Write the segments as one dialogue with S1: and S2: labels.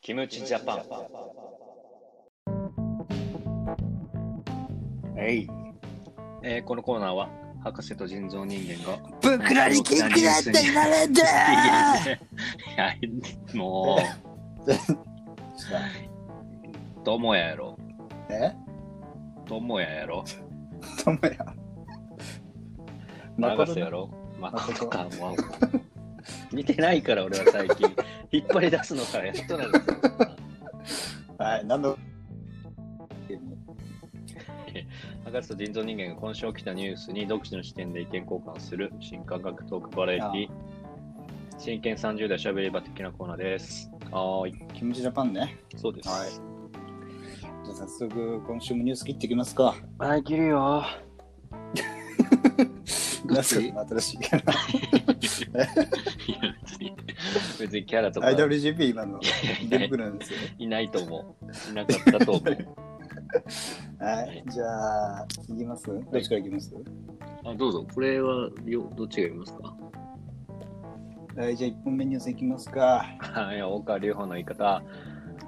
S1: キムチジャパン。
S2: えい。
S1: えーこのコーナーは、博士と人造人間が。
S2: 僕らにキックだってなれて
S1: いや いや、もう、友ややろ。
S2: え
S1: 友ややろ。
S2: ともや。
S1: 長瀬やろ。誠か、もう。見てないから、俺は最近。引っ張り出すのからやっとなんですよ。
S2: はい、何の。
S1: 博士と人造人間が今週起きたニュースに独自の視点で意見交換する新感覚トークバラエティ真剣30代しゃべり場的なコーナーです。はーい、
S2: キムチジャパンね。
S1: そうです。
S2: はいじゃあ早速、今週もニュース切っていきますか。
S1: はい、切るよ。どっち
S2: なんか新しいキャラ。
S1: いや別に別にキャラとか
S2: アイドル GP 今の出てくるんですよ。
S1: いないと思う。いなかったと思う。
S2: はい、じゃあ、いきますどっちからいきます、
S1: あどうぞ、これはよどっちが読みますか
S2: はい、じゃあ1本目ニュースいきますか。
S1: はい、大川隆法の言い方。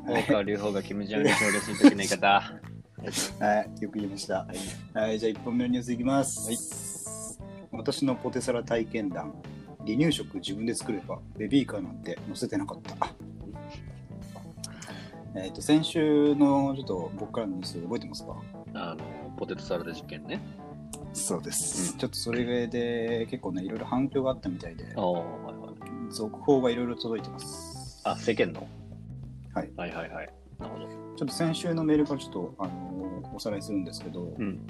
S1: 大川隆法がキム・ジョンに勝利する時の言い方。
S2: はい、よく言いました。はい、じゃあ1本目のニュースいきます。私のポテサラ体験談、離乳食自分で作ればベビーカーなんて載せてなかった。えっと先週のちょっと僕からのニュース覚えてますか
S1: あの、ポテトサラダ事件ね。
S2: そうです、
S1: うん
S2: ちょっとそれで結構ねいろいろ反響があったみたいで
S1: あーはいはい
S2: 続報がいろいろ届いてます
S1: あ、世間の。
S2: はい
S1: はいはいはい。なるほど。
S2: ちょっと先週のメールからちょっと、あのおさらいするんですけど、
S1: うん。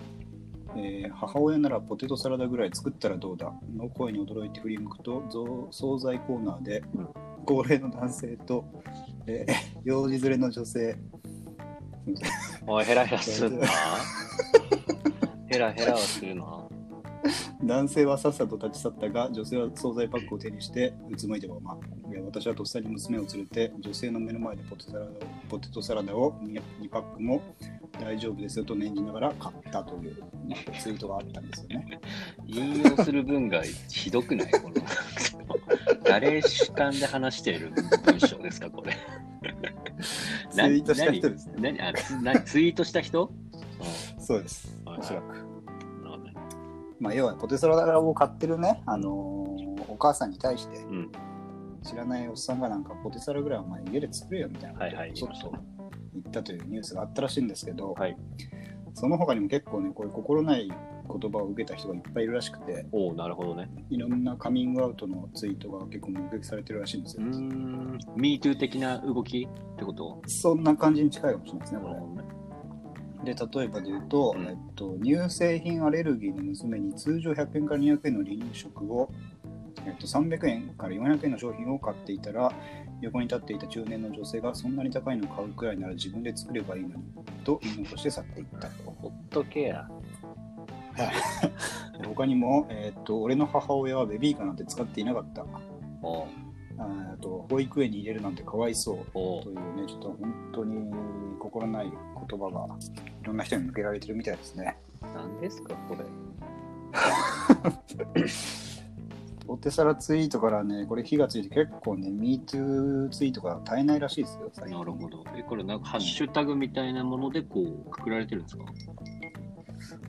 S2: えー母親ならポテトサラダぐらい作ったらどうだの声に驚いて振り向くとぞ惣菜コーナーで、
S1: うん
S2: 高齢の男性と、えー幼児連れの女性
S1: おい、ヘラヘラすんな。ヘラヘラはするな。
S2: 男性はさっさと立ち去ったが女性は惣菜パックを手にしてうつむいたままえー私はとっさに娘を連れて女性の目の前でポテトサラダをポテトサラダを 2, パックも大丈夫ですよと念じながら買ったというツイートがあったんですよね。
S1: 引用する文がひどくない この誰主観で話している文章ですかこれ
S2: ツイートした人ですね。
S1: 何何あつ何ツイートした人、
S2: そうです。
S1: はい
S2: おそらく。
S1: うんなるほどね
S2: まあ、要はポテサラを買ってるね、あのーお母さんに対して
S1: うん、
S2: 知らないおっさんがなんかポテサラぐらいお前家で作れよみたいな
S1: はいはい
S2: ちょっと言ったというニュースがあったらしいんですけど、
S1: はい
S2: その他にも結構ねこういう心ない言葉を受けた人がいっぱいいるらしくて
S1: おおなるほどね
S2: いろんなカミングアウトのツイートが結構目撃されてるらしいんです
S1: うー
S2: よ、
S1: ん MeToo 的な動きってこと
S2: そんな感じに近いかもしれないですね
S1: なる
S2: こ
S1: ほど
S2: れ
S1: ね
S2: で例えばで言うと、
S1: うん
S2: えっと、乳製品アレルギーの娘に通常100円から200円の離乳食を、えっと、300円から400円の商品を買っていたら横に立っていた中年の女性がそんなに高いの買うくらいなら自分で作ればいいのにと言い残して去っていったと
S1: ほっとけや
S2: で他にも、えっと、俺の母親はベビーカーなんて使っていなかった
S1: おう
S2: あーと保育園に入れるなんてかわいそう
S1: お
S2: と
S1: う
S2: いうねちょっと本当に心ない言葉がいろんな人に向けられてるみたいですね
S1: 何ですかこれ
S2: ポテサラツイートからね、これ火がついて結構ね、MeToo ツイートが絶えないらしいですよ、最近
S1: なるほどえこれなんかハッシュタグみたいなものでこうくくられてるんですか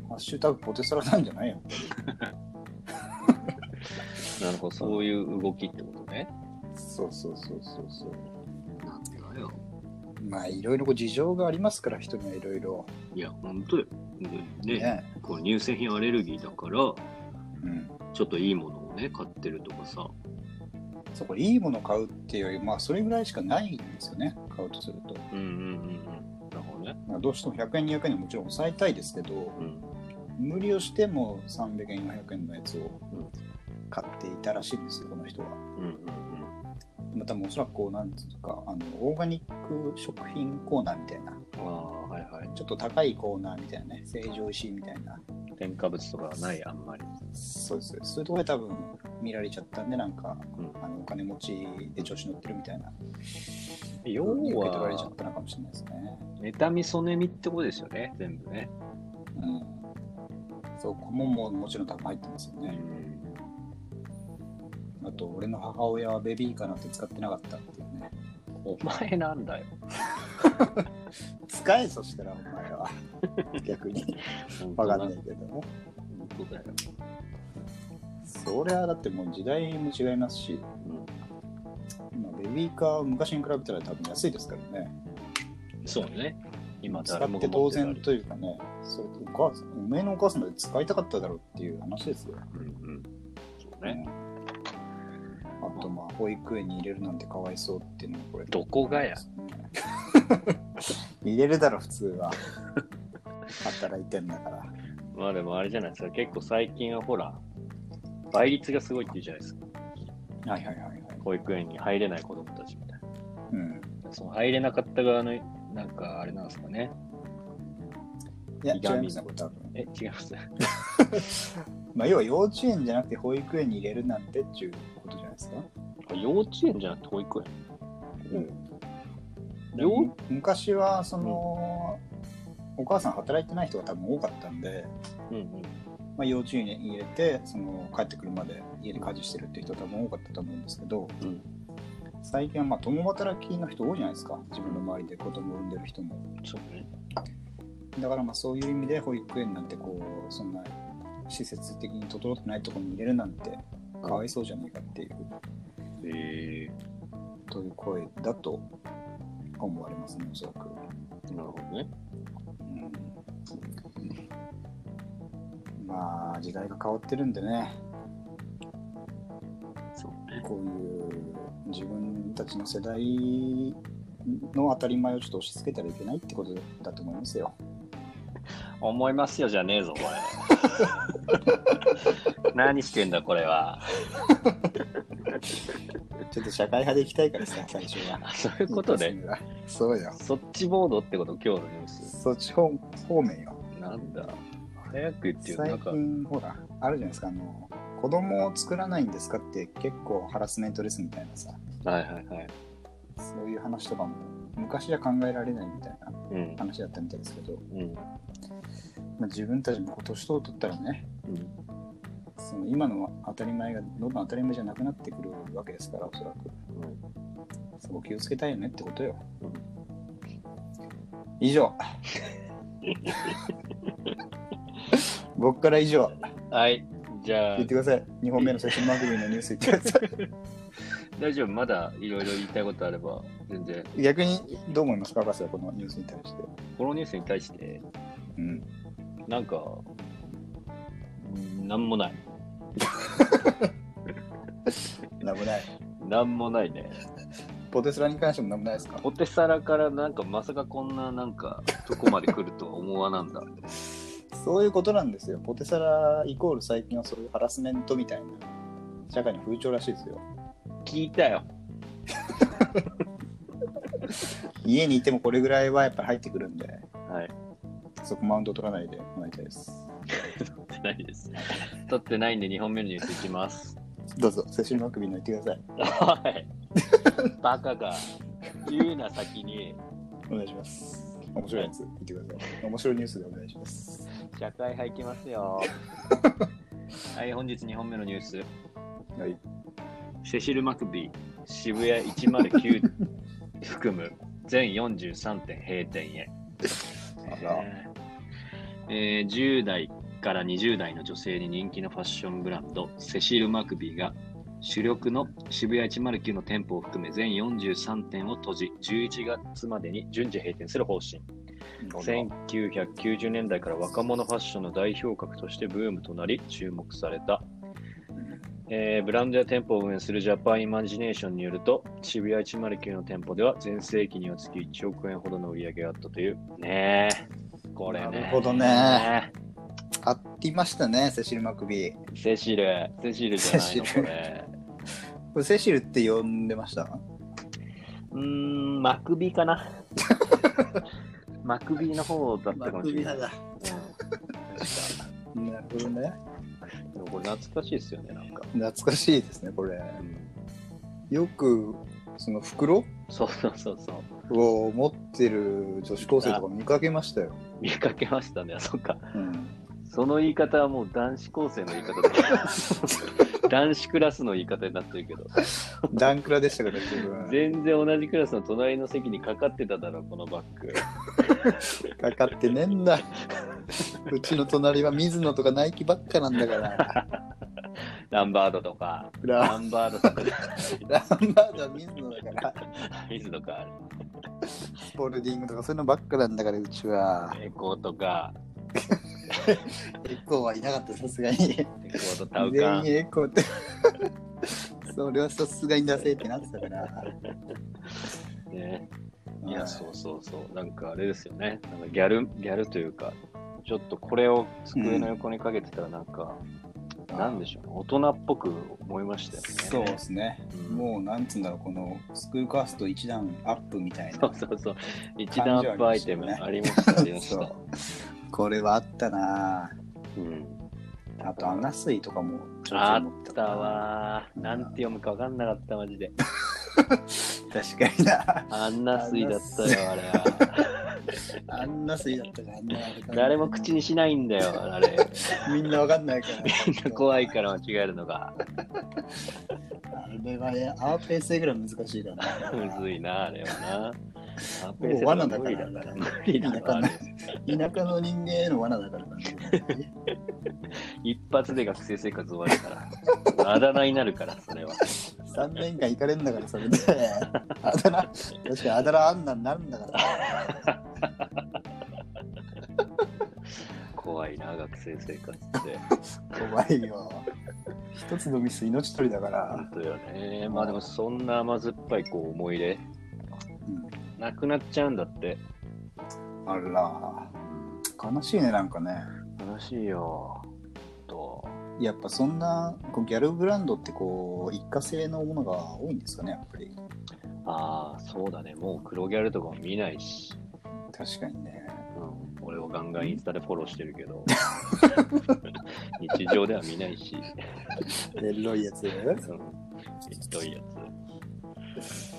S2: ハッシュタグポテサラなんじゃないよ。
S1: なるほどそういう動きってことね
S2: そうそうそうそうそう。
S1: なんてだよ
S2: まあ、いろいろこう事情がありますから、人にはいろいろ。
S1: いや、本当よ。でね、
S2: ね。
S1: こう乳製品アレルギーだから、
S2: うん。
S1: ちょっといいものをね、買ってるとかさ。
S2: そこ、いいもの買うっていうより、まあ、それぐらいしかないんですよね、買うとすると。
S1: うんうんうんうん。なるほどね。
S2: まあ、どうしても100円、200円はもちろん抑えたいですけど、
S1: うん。
S2: 無理をしても300円、400円のやつを
S1: うん
S2: 買っていたらしいんですよ、この人は。
S1: うんうん
S2: また、おそらくこう、なんつうか、あの、オーガニック食品コーナーみたいな。
S1: うん。ああ、はいはい。
S2: ちょっと高いコーナーみたいなね、成城石井みたいな、
S1: 添加物とかはない、あんまり。
S2: そうです、そういうところで多分見られちゃったんで、なんか、
S1: うん
S2: あのお金持ちで調子乗ってるみたいな、
S1: 要
S2: 風に受け取られちゃっ
S1: は、
S2: たのかもしれないですね。
S1: 妬み、そねみってことですよね、全部ね。
S2: うん、そう、顧問ももちろん多分入ってますよ
S1: う
S2: ね。
S1: ん。
S2: あと、俺の母親はベビーカーなんて使ってなかったっていうね。
S1: お前なんだよ。
S2: 使えそしたらお前 は逆にわかんないけどね
S1: 本当だよ。
S2: それはだってもう時代も違いますし今ベビーカーは昔に比べたら多分安いですからね
S1: そうね。今、
S2: 使
S1: 誰
S2: っ
S1: も
S2: て
S1: が
S2: 当
S1: 持ってた
S2: 然
S1: り
S2: というかねそれとお母さんおめえのお母さんだって使いたかっただろうっていう話ですよ
S1: うんうん。そうね。
S2: あとまあ保育園に入れるなんてかわいそうっていうのもこれ
S1: どこがや
S2: 入れるだろ普通は働いてんだから
S1: まあでもあれじゃないですか。結構最近はほら、倍率がすごいって言うじゃないですか。
S2: はいはいはいはい、
S1: 保育園に入れない子供たちみたい
S2: うん、
S1: な。その入れなかった側の、なんかあれなんですかね。
S2: いや違
S1: いや
S2: いますねこれ多分
S1: え、違います。
S2: まあ要は幼稚園じゃなくて保育園に入れるなんてっていうことじゃないですか
S1: 幼稚園じゃなくて保育園。
S2: で
S1: よ
S2: も昔はその、お母さん働いてない人が多分多かったんで、
S1: うんうん。
S2: まあ、幼稚園に入れてその帰ってくるまで家で家事してるっていう人多分多かったと思うんですけど、
S1: うん
S2: 最近はまあ共働きの人多いじゃないですか自分の周りで子供を産んでる人も
S1: そうね。
S2: だからまあそういう意味で保育園なんてこうそんな施設的に整ってないところに入れるなんてかわいそうじゃないかっていう
S1: え
S2: という声だと思われますねおそらく。
S1: ー、なるほどね。
S2: うんまあ時代が変わってるんでね
S1: そうね。
S2: こういう自分たちの世代の当たり前をちょっと押し付けたらいけないってことだと思いますよ。
S1: 思いますよじゃねえぞ、こ れ。何してんだ、これは。
S2: ちょっと社会派で行きたいから さ、最初は。
S1: あそういうことで、
S2: いいすね。そうよ。
S1: そっちボードってこと、今日のニュース。
S2: そっち方方面よ。
S1: なんだ。早く言ってよ、な
S2: 最
S1: んか。
S2: 近、ほら、あるじゃないですか、あの、子供を作らないんですかって結構ハラスメントですみたいなさ、
S1: はいはいはい。
S2: そういう話とかも昔じゃ考えられないみたいな
S1: うん。
S2: 話だったみたいですけど、
S1: うん。
S2: まあ、自分たちもこう年を取ったらね、その今の当たり前がどんどん当たり前じゃなくなってくるわけですからおそらくそこ気をつけたいよねってことよ
S1: うん
S2: 以上僕から以上
S1: はい。じゃあ
S2: 言って、ください2本目の写真番組のニュース言ってくださ
S1: 大丈夫、まだいろいろ言いたいことあれば、全然。
S2: い逆にどう思いますか博士はこのニュースに対して
S1: このニュースに対して、
S2: うん
S1: なんか、うんなんもない。
S2: 何もない
S1: なんもないね。
S2: ポテスラに関しても何もないですか
S1: ポテサラからなんかまさかこんななんかとこまで来るとは思わなんだ。
S2: そういうことなんですよポテサライコール最近はそういうハラスメントみたいな社会の風潮らしいですよ
S1: 聞いたよ。
S2: 家にいてもこれぐらいはやっぱり入ってくるんで
S1: はい。
S2: そこマウント取らないでもらいたいです。
S1: 撮ってないです。撮ってないんで2本目のニュースいきます。
S2: どうぞ、セシル・マクビーの言ってくださ い。
S1: はい。バカが言うな先に
S2: お願いします。面白いやつ、言ってください。面白いニュースでお願いします。
S1: 社会派いきますよ。はい、本日2本目のニュース。
S2: はい。
S1: セシル・マクビー、渋谷109含む全43店閉店へ。
S2: あら、
S1: えー10代から20代の女性に人気のファッションブランドセシル・マクビーが主力の渋谷109の店舗を含め全43店を閉じ11月までに順次閉店する方針1990年代から若者ファッションの代表格としてブームとなり注目された、えーブランドや店舗を運営するジャパンイマジネーションによると渋谷109の店舗では全盛期には月1億円ほどの売り上げがあったというねえこれね
S2: なるほどねありましたね、セシル・マクビー。
S1: セシルセシルじゃないの
S2: セシ
S1: こ
S2: ル
S1: れ
S2: これセシルって呼んでました
S1: うーんマクビかなマクビの方だったかもしれない、
S2: だ。なるほどね。
S1: うんでもこれ懐かしいですよねなんか、
S2: 懐かしいですね、これ。
S1: うん
S2: よく、その袋
S1: そうそうそうそう
S2: を持ってる女子高生とか見かけましたよ。
S1: 見かけましたね、そっか。
S2: うん、
S1: その言い方はもう男子高生の言い方だけ 男子クラスの言い方になってるけど、
S2: ダンクラでしたから、自分は。
S1: 全然同じクラスの隣の席にかかってただろ、このバッ グ。
S2: かかってねえんだ。うちの隣は水野とかナイキばっかなんだから。
S1: ランバードとか、ラ
S2: ラ
S1: ンバード とか、
S2: ランバードは水野だから。
S1: 水とか、
S2: スポルディングとかそういうのばっかなんだから、うちは。
S1: エコーとか、
S2: エコーはいなかった、さすがに。
S1: エコーとタウカ
S2: 全
S1: ン
S2: 員。エコーって。それはさすがに出せってなってたから。。
S1: ねいや、そううそうそう。なんかあれですよね。なんかギャル、ギャルというか、ちょっとこれを机の横にかけてたら、なんか、なんでしょうね。大人っぽく思いましたよね。
S2: そうですね。
S1: うん
S2: もう、なんつうんだろう、このスクールカースト一段アップみたいな。
S1: そうそうそう。一段アップアイテムありました、ありまし
S2: そ
S1: た
S2: う。。これはあったな
S1: うん。
S2: あと、アナスイとかもちょっ
S1: あ
S2: と
S1: っ
S2: 持
S1: た。わー。なんて読むかわかんなかった、マジで。
S2: 確かにな。
S1: あんな水だったよ、あれは。
S2: アンナスイだったからね。
S1: 誰も口にしないんだよ、あれ。
S2: みんなわかんないから。
S1: みんな怖いから間違えるのが。
S2: あれはね、アーペースぐらい難しいからな。
S1: むずいな、あれはな。
S2: もう罠だか
S1: 無
S2: ら
S1: 理だから。無理だからあれ。
S2: 田舎の人間への罠だからな。
S1: 一発で学生生活終わるから。あだ名になるから、それは。
S2: 3年間行かれんだから、それで。あだ名、確かにあだ名あんなになるんだから。
S1: 怖いな、学生生活って。
S2: 怖いよ。一つのミス命取りだから
S1: 本。当よね。まあでも、そんな甘酸っぱいこう思い出、なくなっちゃうんだって。
S2: あら、悲しいね、なんかね。
S1: 悲しいよ。と。
S2: やっぱそんなこうギャルブランドってこう一過性のものが多いんですかねやっぱり
S1: ああ、そうだね。もう黒ギャルとかも見ないし。
S2: 確かにね
S1: うん、俺はガンガンインスタでフォローしてるけ ど。日常では見ないし。
S2: エロいやつ
S1: うん。ひどいやつ。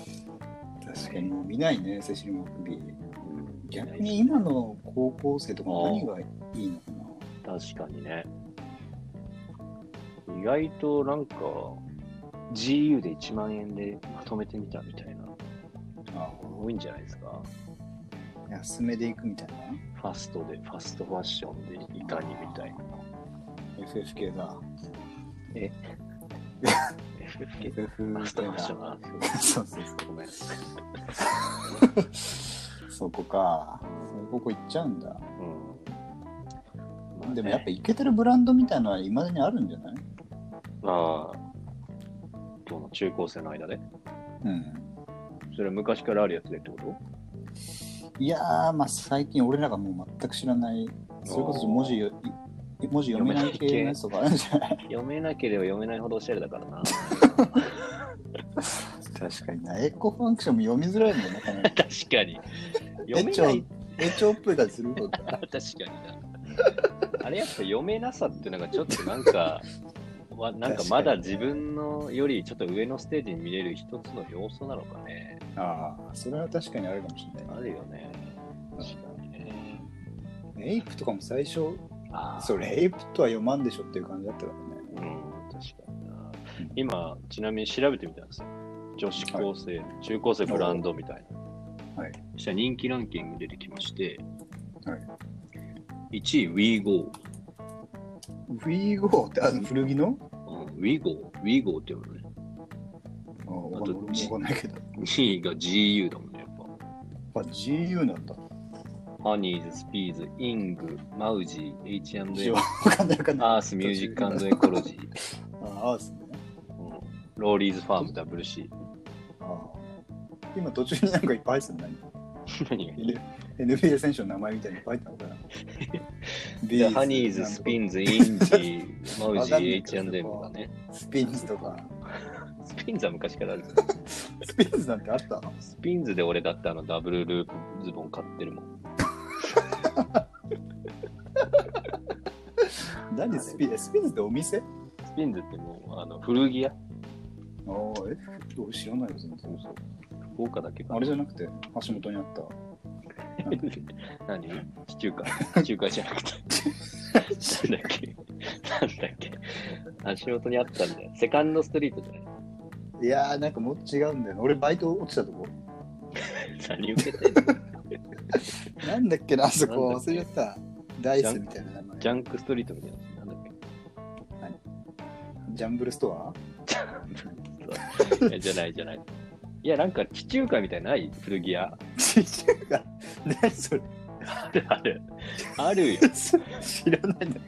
S2: 確かにもう見ないねセシル・マクビー
S1: うん
S2: 逆に今の高校生とか何がいいのかな
S1: 確かにね意外となんか GU で1万円でまとめてみたみたいな
S2: あ
S1: 多いんじゃないですか
S2: 安めで行くみたいな
S1: ファストでファストファッションでいかにみた いな
S2: FF 系だ
S1: え FF 系
S2: FF
S1: ファスト
S2: 系
S1: ファッショ
S2: だ
S1: ンな
S2: そうそうそ
S1: ごめんう
S2: うそこかそういう高校行っちゃうんだ
S1: ん、まあね
S2: でもやっぱイケてるブランドみたいのはいまだにあるんじゃない
S1: ああ今日の中高生の間で
S2: うん
S1: それは昔からあるやつでってこと
S2: いやーまあ最近俺らがもう全く知らないそれこそ文字よい文字読めない系のやつとかあるんじゃない
S1: 読めなければ読めないほどおしゃれだからな
S2: 確かにな。 エコファンクションも読みづらいんだよねかな り。
S1: 確か に読め
S2: エチョ
S1: ない
S2: ンエチョンっぽい感じすることだ。
S1: 確かにな。あれやっぱ読めなさっていうのがちょっとなん か、わなんかまだ自分のよりちょっと上のステージに見れる一つの要素なのかね。
S2: ああ、それは確かにあるかもしれない。
S1: あるよね。確かにね。
S2: エイプとかも最初、
S1: ああ、
S2: それエイプとは読まんでしょっていう感じだったからね。
S1: うん、確かにな。今、ちなみに調べてみたんですよ。女子高生、中高生ブランドみたいな。
S2: はい。
S1: そしたら人気ランキング出てきまして、
S2: は
S1: 1位、ウィーゴ
S2: ウィーゴーってあの古着の
S1: ー。うんウィーゴー、ウィーゴーって読むね。
S2: ああ
S1: あと
S2: 俺もわかんないけど。
S1: 2位が GU だもんね、やっぱ。
S2: あ、GU なんだ。
S1: ハニーズ、スピーズ、イング、マウジー、H&M、
S2: わかんないわかんない。
S1: アース、ミュージックエコロジー、
S2: あアースね。
S1: うんローリーズ、ファーム、WC。
S2: ああ今途中になんかいっぱい入ってたんだね。
S1: 何が
S2: N- NBA 選手の名前みたいなの書いてある から。
S1: じゃあハニーズ、スピ
S2: ン、
S1: ンズ、インジー、マウ
S2: わ
S1: ジ
S2: かんない
S1: ー、
S2: けど
S1: H&M だね。
S2: スピンズとか。
S1: スピンズは昔からある。
S2: スピンズなんてあった
S1: スピンズで俺だってあのダブルループズボン買ってるもん。
S2: 何スピンスピンズってお店
S1: スピンズってもうあの古着屋
S2: ああ、え、俺知らないよ、全然。
S1: 福岡だけか
S2: あ れじゃなくて、橋本にあった。
S1: 何地中海地中海じゃなくて。なんだっけなんだっけ足元にあったんだよ。セカンドストリートじゃない
S2: いやー、なんかもう違うんだよな。俺、バイト落ちたとこ。
S1: 何受けてんの
S2: なんだっけな、あそこ。
S1: なんだっ
S2: 忘
S1: け
S2: れちゃった。ダイスみたいな名前。
S1: ジャンクストリートみたいな。なんだっ
S2: ジャンブルスト
S1: けいやじゃないじゃない。いや、なんか地中海みたいなのない古着屋。
S2: アちっちゃいが。何それ
S1: あるある。あるよ。
S2: 知らないんだ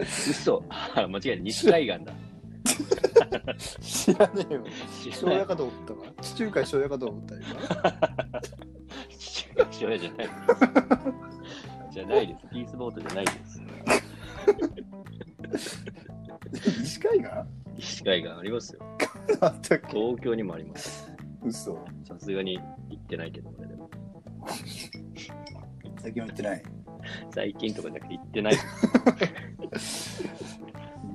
S1: 嘘。あ間違えた。西海岸だ。
S2: 知らねえよ。
S1: 西
S2: 醤
S1: 海
S2: 油かと思ったわ。地中海醤油かと思ったよ。
S1: 岸地中海塩屋じゃない。じゃないです。ピースボートじゃないです。
S2: 今西海岸
S1: 西海岸ありますよ。
S2: あったっけ
S1: 東京にもあります。
S2: 嘘。
S1: さすがに行ってないけど、俺でも。
S2: 最近も行ってない。
S1: 最近とかじゃなくて行ってない。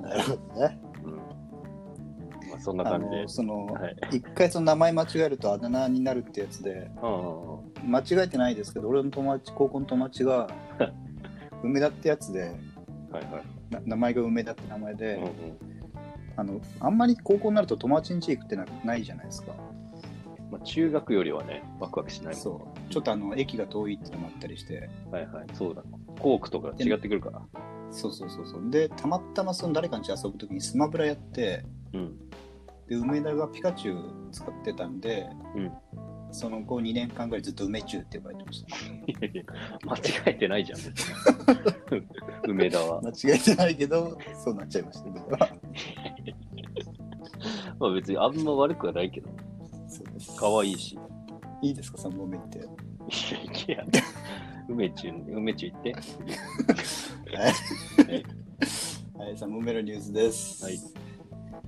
S2: なるほどね。
S1: うんまあ、そんな
S2: あ
S1: 感じで。
S2: の、その、
S1: はい。
S2: 一回その名前間違えるとあだ名になるってやつで、
S1: うんうんうん
S2: 間違えてないですけど、俺の友達、高校の友 達が、梅田ってやつで、
S1: はいはい。
S2: な名前が梅田って名前で、
S1: うんうん
S2: あのあんまり高校になると友達ん家行くってなないじゃないですか、
S1: まあ、中学よりはね、ワクワクしないもん。
S2: そうちょっとあの駅が遠いってのもあったりして
S1: はいはい。そうだ。コークとか違ってくるから。
S2: そうそうそうそうでたまたまその誰かん家遊ぶ時にスマブラやって
S1: うん。
S2: で梅田がピカチュウ使ってたんで、
S1: うん
S2: その後2年間ぐらいずっと梅中って呼ばれてました、
S1: いやいや間違えてないじゃん、別 に梅田は。
S2: 間違えてないけどそうなっちゃいましたね
S1: まあ別にあんま悪くはないけど、
S2: そうです
S1: 可愛いし。
S2: いいですか3本目行って
S1: いや、梅中、梅中行って。
S2: はい、3本目のニュースです、
S1: はい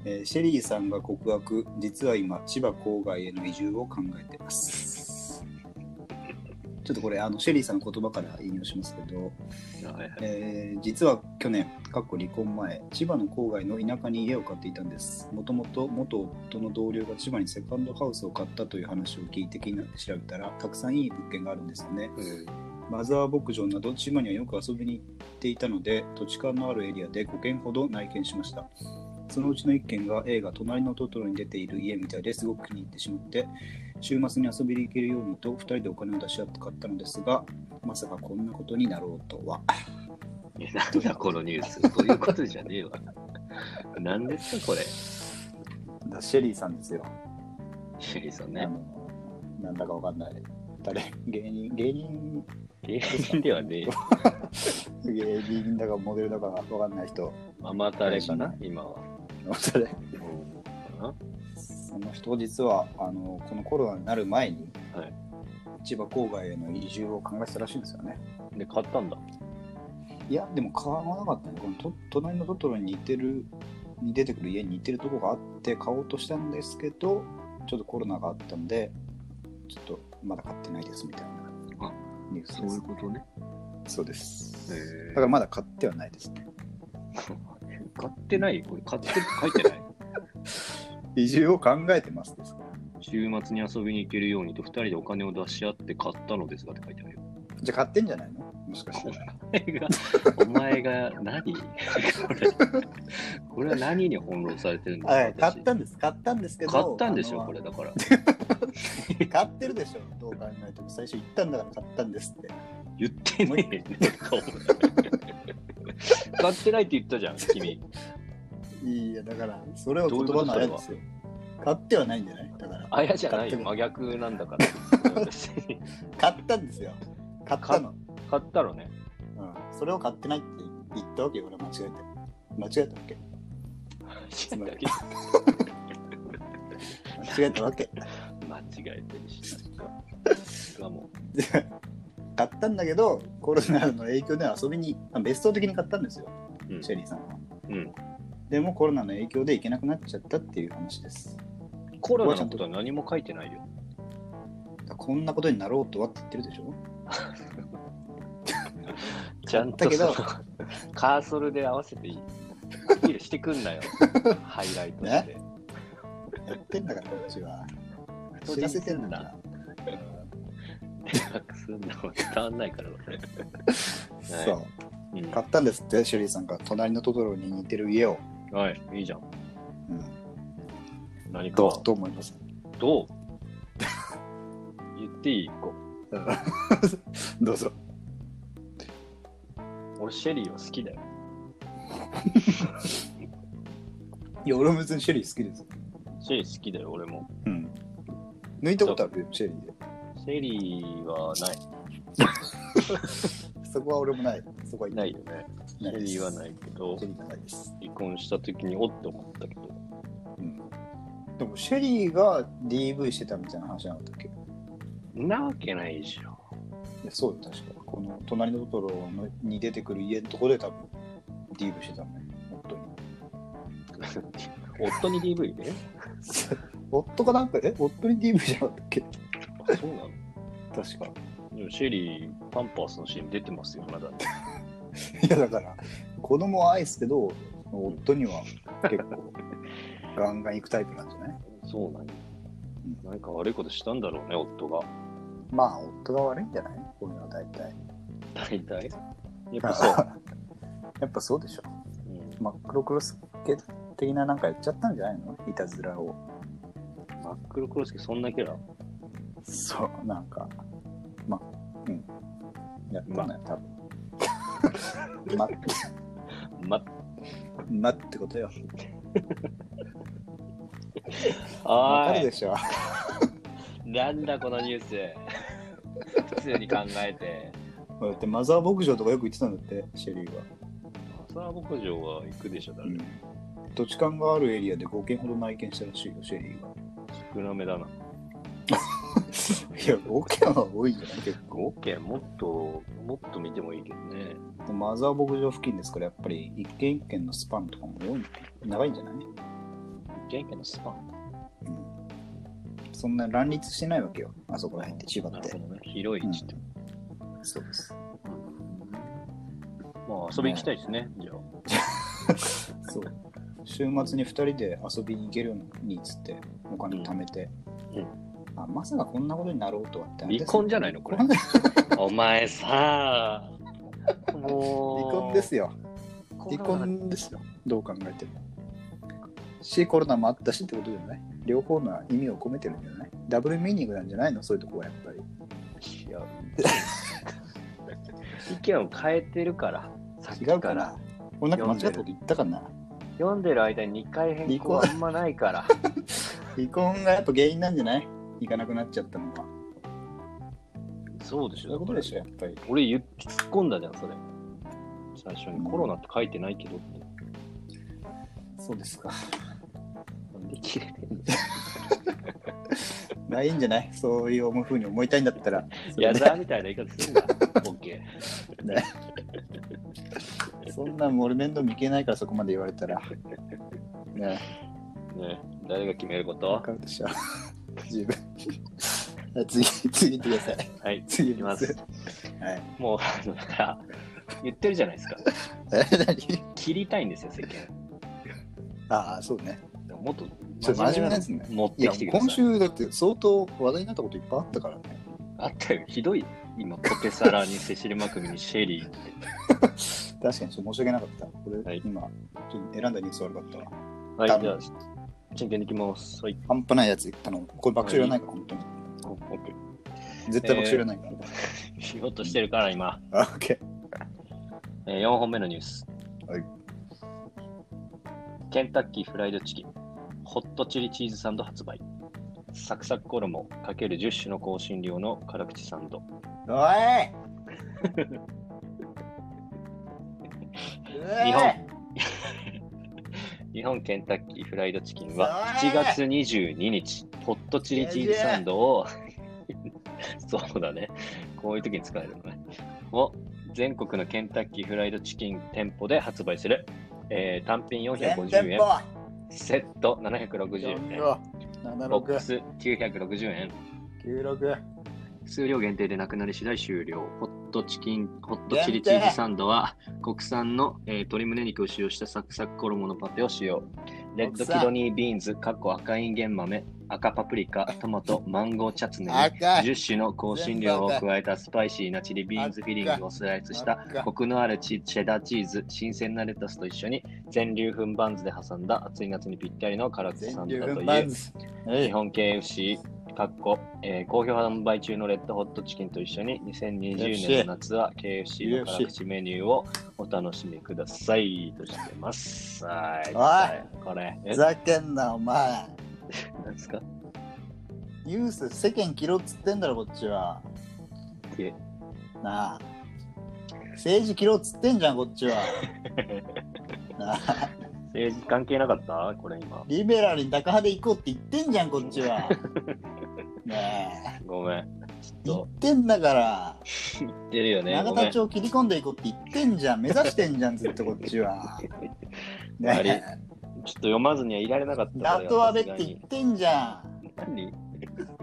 S2: えーシェリーさんが告白実は今千葉郊外への移住を考えてます ちょっとこれあのシェリーさんの言葉から引用しますけど、
S1: はいはい。
S2: えー実は去年かっこ離婚前千葉の郊外の田舎に家を買っていたんですもともと元夫の同僚が千葉にセカンドハウスを買ったという話を聞いて気になって調べたらたくさんいい物件があるんですよね
S1: うん
S2: マザー牧場など千葉にはよく遊びに行っていたので土地勘のあるエリアで5軒ほど内見しましたそのうちの1軒が映画「隣のトトロ」に出ている家みたいですごく気に入ってしまって週末に遊びに行けるようにと2人でお金を出し合って買ったのですがまさかこんなことになろうとは
S1: えなんだこのニュース。そういうことじゃねえわ。何ですか、これ。
S2: シェリーさんですよ、
S1: シェリーさん
S2: あ
S1: ね。
S2: のなんだかわかんない誰 芸人芸人
S1: 芸人ではねえ。
S2: 芸人だかモデルだかわかんない人
S1: ママタレかな、今は。
S2: 誰
S1: か
S2: その人実はあのこのコロナになる前に、
S1: はい
S2: 千葉郊外への移住を考えてたらしいんですよね
S1: なで、買ったんだ。
S2: いやでも買わなかったねこのと隣のトトロに似てるに出てくる家に似てるとこがあって買おうとしたんですけどちょっとコロナがあったんでちょっとまだ買ってないですみたいな
S1: あ
S2: ニュースです
S1: ことね。
S2: そうです
S1: へー
S2: だからまだ買ってはないですね
S1: 買ってないこれ買ってるって書いて ない
S2: 移住を考えてますですから
S1: 週末に遊びに行けるようにと2人でお金を出し合って買ったのですがって書いてあるよ。
S2: じゃあ買ってんじゃないのもしかして
S1: お前が、お前が何 これ、これは何に翻弄されてるん
S2: はい
S1: だ
S2: 買ったんです買ったんですけど
S1: 買ったんでし
S2: あ
S1: ょ、
S2: の
S1: これだ から。
S2: 買ってるでしょどう考えても最初言ったんだから買ったんですって
S1: 言ってねえよ。 買ってないって言ったじゃん、君。
S2: いやだからそれは言葉のあれですよ買ってはないんじゃないだから
S1: あやじゃないよ、
S2: 買って
S1: 真逆なんだから。別に
S2: 買ったんですよ買ったの、
S1: 買ったろね。
S2: うん、それを買ってないって言ったわけよ俺は間違えて間違えたわけ
S1: 間違
S2: 間違えたわけ
S1: えてるし。しかも、
S2: で買ったんだけどコロナの影響で遊びにあ別荘的に買ったんですよ、
S1: うん
S2: シェリーさんは
S1: うん
S2: でもコロナの影響で行けなくなっちゃったっていう話です
S1: コロナのことは何も書いてないよ。
S2: だからこんなことになろうとはって言ってるでしょ
S1: ちゃんと
S2: だけど
S1: そのカーソルで合わせていい。アピールしてくん なよ。ハイライトで。
S2: ねやってんだからこっちは知らせてんだから
S1: 隠すんのは伝わんないから。
S2: そう。
S1: うん
S2: 買ったんですってシェリーさんが隣のトトロに似てる家を、
S1: はい、いいじゃん。
S2: うん、
S1: 何か
S2: どうと思います
S1: どう 言っていい一個
S2: どうぞ
S1: 俺、シェリーは好きだよ。
S2: いや俺も別にシェリー好きです、
S1: シェリー好きだよ、俺も。
S2: うん、抜いたことあるシェリーで
S1: シェリーはない。
S2: そこは俺もないそこは
S1: ないよね。シ
S2: ない
S1: ェ
S2: です
S1: リーはないけど
S2: シ、ェリーがないです、
S1: 離婚した時におって思ったけど。
S2: うん、でもシェリーが DV してたみたいな話じゃなかったっけ
S1: なわけないでしょ。
S2: いやそうよ確かこの隣のトトロのに出てくる家のとこで多分 DV してたね本当に
S1: 夫に DV ね。
S2: 夫かなんかえ夫に DV じゃなかったっけ
S1: あそうなの
S2: 確か
S1: でもシェリー、パンパースのシーン出てますよ、まだ。
S2: いやだから子供は愛すけど夫には結構ガンガン行くタイプなんじゃない
S1: そうなんや。なんか悪いことしたんだろうね、夫が。
S2: まあ夫が悪いんじゃないこういうのは大体
S1: 大体。やっぱ そう。
S2: やっぱそうでしょ
S1: うん
S2: マックロクロスケ的ななんかやっちゃったんじゃないのいたずらを
S1: マックロクロスケ、そんなキャラ
S2: そうなんかまあうんやったんだよ多分 ま
S1: ま、
S2: まってことよわ
S1: あ
S2: かる
S1: ー
S2: でしょ
S1: い、なんだこのニュース。 普通に考えて。
S2: だってマザー牧場とかよく行ってたんだってシェリーは、
S1: マザー牧場は行くでしょ、誰も。
S2: 土地勘があるエリアで5軒ほど内見したらしいよシェリーは
S1: 少なめだな。
S2: いや5軒は多いんじゃない結構
S1: オッケー、もっと、もっと見てもいいけどね。
S2: マザー牧場付近ですからやっぱり一軒一軒のスパンとかも多い長いんじゃない、
S1: 一軒一軒のスパン。
S2: うん、そんな乱立してないわけよあそこら辺って千葉
S1: な
S2: っ
S1: る
S2: て
S1: ほどね。広い位置って。
S2: そうです
S1: まあ、遊び行きたいですね、じゃあ。
S2: そう週末に2人で遊びに行けるようにっつってお金貯めて、
S1: うんう
S2: あまさかこんなことになろうとはって
S1: 離婚じゃないのこ れ。お前さも
S2: 離婚です
S1: よ。
S2: よ離婚ですよどう考えてもしコロナもあったしってことじゃない両方の意味を込めてるんじゃないダブルミーニングなんじゃないのそういうとこはやっぱり
S1: いや 意見を変えてるから、さっき
S2: 違う
S1: か。
S2: からな俺なんか間違ったこと言ったかな
S1: 読んでる間に2回変更はあんまない から。
S2: 離婚がやっぱ原因なんじゃない行かなくなっちゃったのは
S1: そうでし
S2: そういう
S1: ょ、
S2: こ
S1: だから
S2: とでしょやっぱり
S1: 俺言っ突っ込んだじゃん、それ。最初にコロナって書いてないけどって。
S2: そうですか
S1: なんで切れてんの
S2: まあいいんじゃ ないそういう思うふうに思いたいんだったらそれ
S1: 矢
S2: で
S1: 沢みたいな言い方するんだ。オッケ
S2: そんなん俺面倒見けないからそこまで言われたら。ね
S1: ー。ね誰が決めるこ
S2: え、わ
S1: と
S2: かるでしょ。 十分。はい次、次行ってください。
S1: は い、い
S2: 次行
S1: きます。。
S2: はい。
S1: もう、あの、だから、言ってるじゃないですか。
S2: え、何
S1: 切りたいんですよ、世間。
S2: ああ、そうね。
S1: でももっと
S2: ちょっと真面目なやつね
S1: 持っ
S2: い
S1: て
S2: や、
S1: きてください。
S2: 今週だって相当話題になったこといっぱいあったからね。
S1: あったよ、ひどい。今、ポテサラにセシル・マクミにシェリー。
S2: 確かにちょっと申し訳なかった。俺、
S1: はい
S2: 今、ちょっと選んだニュース悪かったわ。
S1: はい、
S2: ダメ
S1: じゃあ、真剣にいきます。はい、
S2: 半端ないやつ言ったの。これ爆笑いらないから、本当に。
S1: オッケ
S2: 絶対爆笑いらないから。
S1: ー。しようとしてるから、今。
S2: あ、オッケー。
S1: えー、4本目のニュース。
S2: はい。
S1: ケンタッキーフライドチキン、ホットチリチーズサンド発売。サクサク衣かける10種の香辛料の辛口サンド。
S2: おい
S1: 日本日本ケンタッキーフライドチキンは7月22日、ホットチリチーズサンドを、 そうだね、こういう時に使えるのね、を全国のケンタッキーフライドチキン店舗で発売する。えー単品450円、セット760円、ボックス960円、数量限定でなくなり次第終了。ホットチキン、ホットチリチーズサンドは国産の、えー鶏胸肉を使用したサクサク衣のパテを使用。レッドキドニービーンズ、かっこ赤いんげん豆、赤パプリカ、トマト、マンゴーチャツネに、
S2: 赤い
S1: 10種の香辛料を加えたスパイシーなチリビーンズフィリングをスライスした
S2: 赤い
S1: コクのあるチチェダーチーズ、新鮮なレタスと一緒に全粒粉バンズで挟んだ暑い夏にぴったりの辛口サ
S2: 全
S1: ンドだ
S2: 粒
S1: と
S2: 粉
S1: い
S2: バ
S1: う
S2: ンズ
S1: 日本 KFC かっこ、えー好評販売中のレッドホットチキンと一緒に2020
S2: KFC
S1: 年の夏は KFC の辛口メニューをお楽しみくださいとしてます。はい。これ、え
S2: ふざけんなお前
S1: 何ですか
S2: ニュース世間切ろうっつってんだろこっちはい
S1: え
S2: なあ政治切ろうっつってんじゃんこっち はなあ
S1: 政治関係なかったこれ今。
S2: リベラルに高派で行こうって言ってんじゃんこっちはねえ
S1: ごめん。ち
S2: 言
S1: ょ
S2: っ
S1: って
S2: んだから
S1: と、言ってるよね。
S2: 永
S1: ごめ
S2: 田
S1: ん。
S2: 町切り込んでいこうって言ってんじゃん目指してんじゃんずっとこっち はね
S1: 悪い
S2: え
S1: ちょっと読まずにはいられなかったから。
S2: ダトアベって
S1: さすが
S2: 言
S1: に
S2: ってんじゃん
S1: 何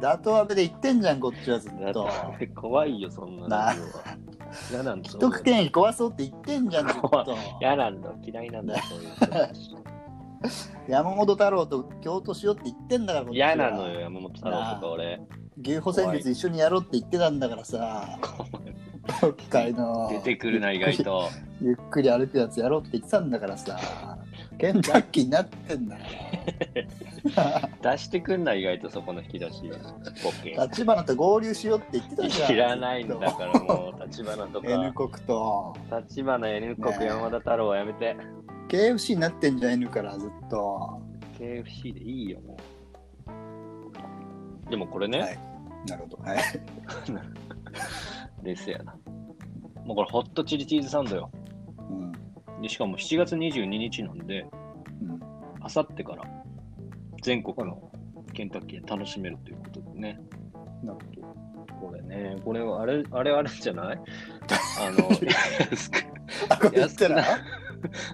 S2: ダトアベで言ってんじゃんこっちはず
S1: だ
S2: っと
S1: って怖いよ、そんなの
S2: な。
S1: 嫌なんだ。
S2: 既得権益壊そうって言ってんじゃんず っと
S1: 嫌なんだ。嫌いなんだ。そういう人
S2: 山本太郎と共闘しようって言ってんだからこっちは
S1: 嫌なのよ、山本太郎とか俺。
S2: 牛歩戦術一緒にやろうって言ってたんだからさ今回の
S1: 出てくるな、意外と。
S2: ゆっくり歩くやつやろうって言ってたんだからさケンタッキーになってんだか
S1: 出してくんな、意外とそこの引き出し。ボケ
S2: ら。立花と合流しようって言ってたじゃん
S1: 知らないんだからもう、立花とか。
S2: N 国と
S1: 立花 N 国
S2: ねえ
S1: 山田太郎はやめて。
S2: KFC になってんじゃん N からずっと
S1: KFC でいいよ、もう。でもこれね、
S3: はい
S2: なるほどはい
S1: ですやな。もうこれ、ホットチリチーズサンドよ。
S2: うん
S1: でしかも7月22日なんで、
S2: うん
S1: あさってから全国のケンタッキーで楽しめるということでね。
S2: なる
S1: これね、これはあれ、あれあれじゃないあ の、安く、
S2: あこれ言ったら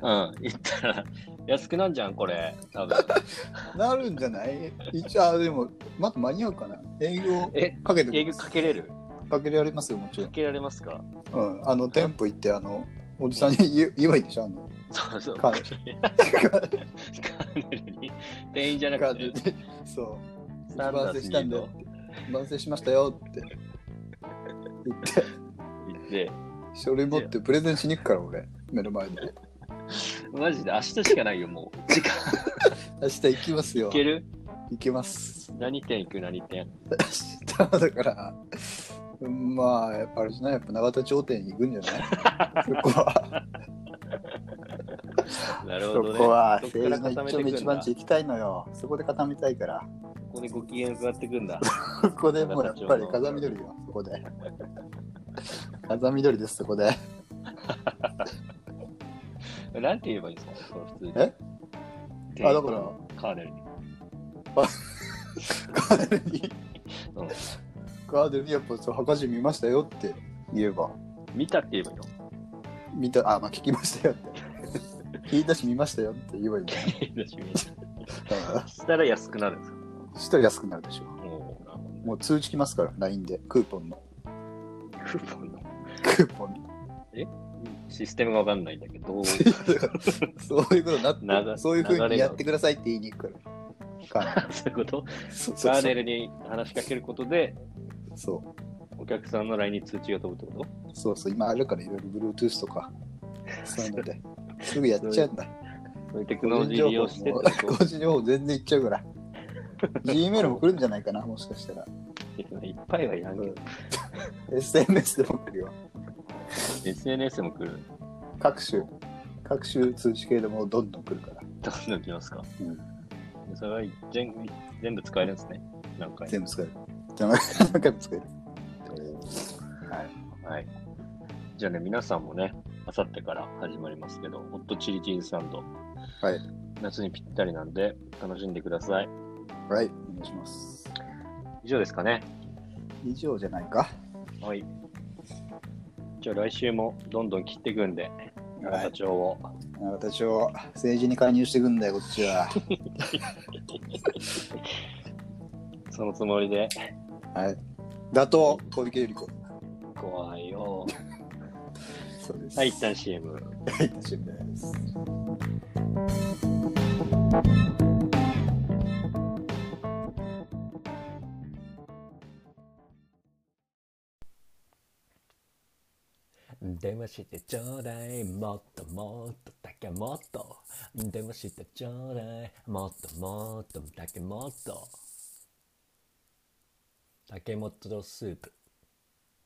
S1: うん、言ったら、安くなんじゃん、これ、多分。
S2: なるんじゃない一応あでもまだ間に合うかな営業
S1: え、
S2: かけて
S1: 営業かけれる
S2: かけられますよもちろ
S1: かけられますか
S2: ん、うん、あの店舗行ってあのおじさんに言え言えばいいでしょあの
S1: そうそう。
S2: か
S1: カーネルに。店員じゃな
S2: なんか
S1: くて、
S2: そう
S1: スタンダースに
S2: したんだ
S1: 言
S2: よ万世しましたよって言って
S1: って、
S2: 書類持ってプレゼンしに行くから俺目の前で
S1: マジで明日しかないよ、もう。時間
S2: 明日行きますよ
S1: いける
S2: 行きます
S1: 何店行く何店
S2: 明日はだからうんまあやっぱあれじゃないやっぱ永田町店に行くんじゃな いそこは
S1: なる
S2: そ
S1: ほどね。
S2: こは
S1: そっから
S2: 政治
S1: 固
S2: の
S1: めて
S2: 一丁目
S1: く
S2: 一
S1: んだ
S2: 番地行きたいのよそこで固めたいから
S1: ここでご機嫌伺ってくんだ。
S2: ここでもうやっぱり風見鶏よ、そこで。風見鶏です、そこで。
S1: なんて言えばいいんですかこう普通に。
S2: え
S1: 店員
S2: あ、だから、
S1: カーネルに。
S2: カーデルに、
S1: うん
S2: カーデルにやっぱそう、博士見ましたよって言えば、
S1: 見たって言えばいいの
S2: 見た、あ、まあ聞きましたよって。聞いたし見ましたよって言えばいいんじゃない
S1: そしたら安くなるんですか
S2: 一人安くなるでしょ
S1: もうなるほど
S2: う。もう通知来ますから、LINE で、クーポンの。
S1: クーポンの
S2: クーポンの。
S1: システムがわかんないんだけど、
S2: そういうことになって
S1: なが
S2: そういうふう
S1: 流れが
S2: にやってくださいって言いに行くから。カーデ
S1: そういうこと
S2: ルそう
S1: カ
S2: そう
S1: ー
S2: そ
S1: ネ
S2: う
S1: ルに話しかけることで、
S2: そう。
S1: お客さんの LINE に通知が飛ぶってこ
S2: そうそう、今あるからいろいろ Bluetooth とか、そういうの で、すぐやっちゃうんだ。
S1: とそういうテクノロジー利用してって
S2: 個人情報
S1: こ
S2: も個人情報全然いっちゃうから。Gmail も来るんじゃないかな、もしかしたら。
S1: といっぱいはいらんけ ど、
S2: SNS でも来るよ。
S1: SNS も来る。
S2: 各種、各種通知系でもうどんどん来るから。
S1: どんどん来ますか、
S2: う
S1: それは全全部使えるんですね。何回
S2: 全部使える。何回も使える。
S1: はい。じゃあね、皆さんもね、あさってから始まりますけど、ホットチリチーズサンド、
S2: はい。
S1: 夏にぴったりなんで、楽しんでください。
S2: はい、お願いします。
S1: 以上ですかね。
S2: 以上じゃないか。
S1: はい。じゃあ来週もどんどん切っていくんで、永
S2: は
S1: 田
S2: い。
S1: 町を。
S2: 永田町、政治に介入していくんだよ、こっちは。
S1: そのつもりで。
S2: はい。打倒、小池百合子。
S1: 怖い よ。
S2: そうです。
S1: はい、一旦 CM。
S2: はい、大丈夫です。
S1: 電話してちょうだいもっともっとだけもっと電話してちょうだいもっともっとだけもっと竹本スープ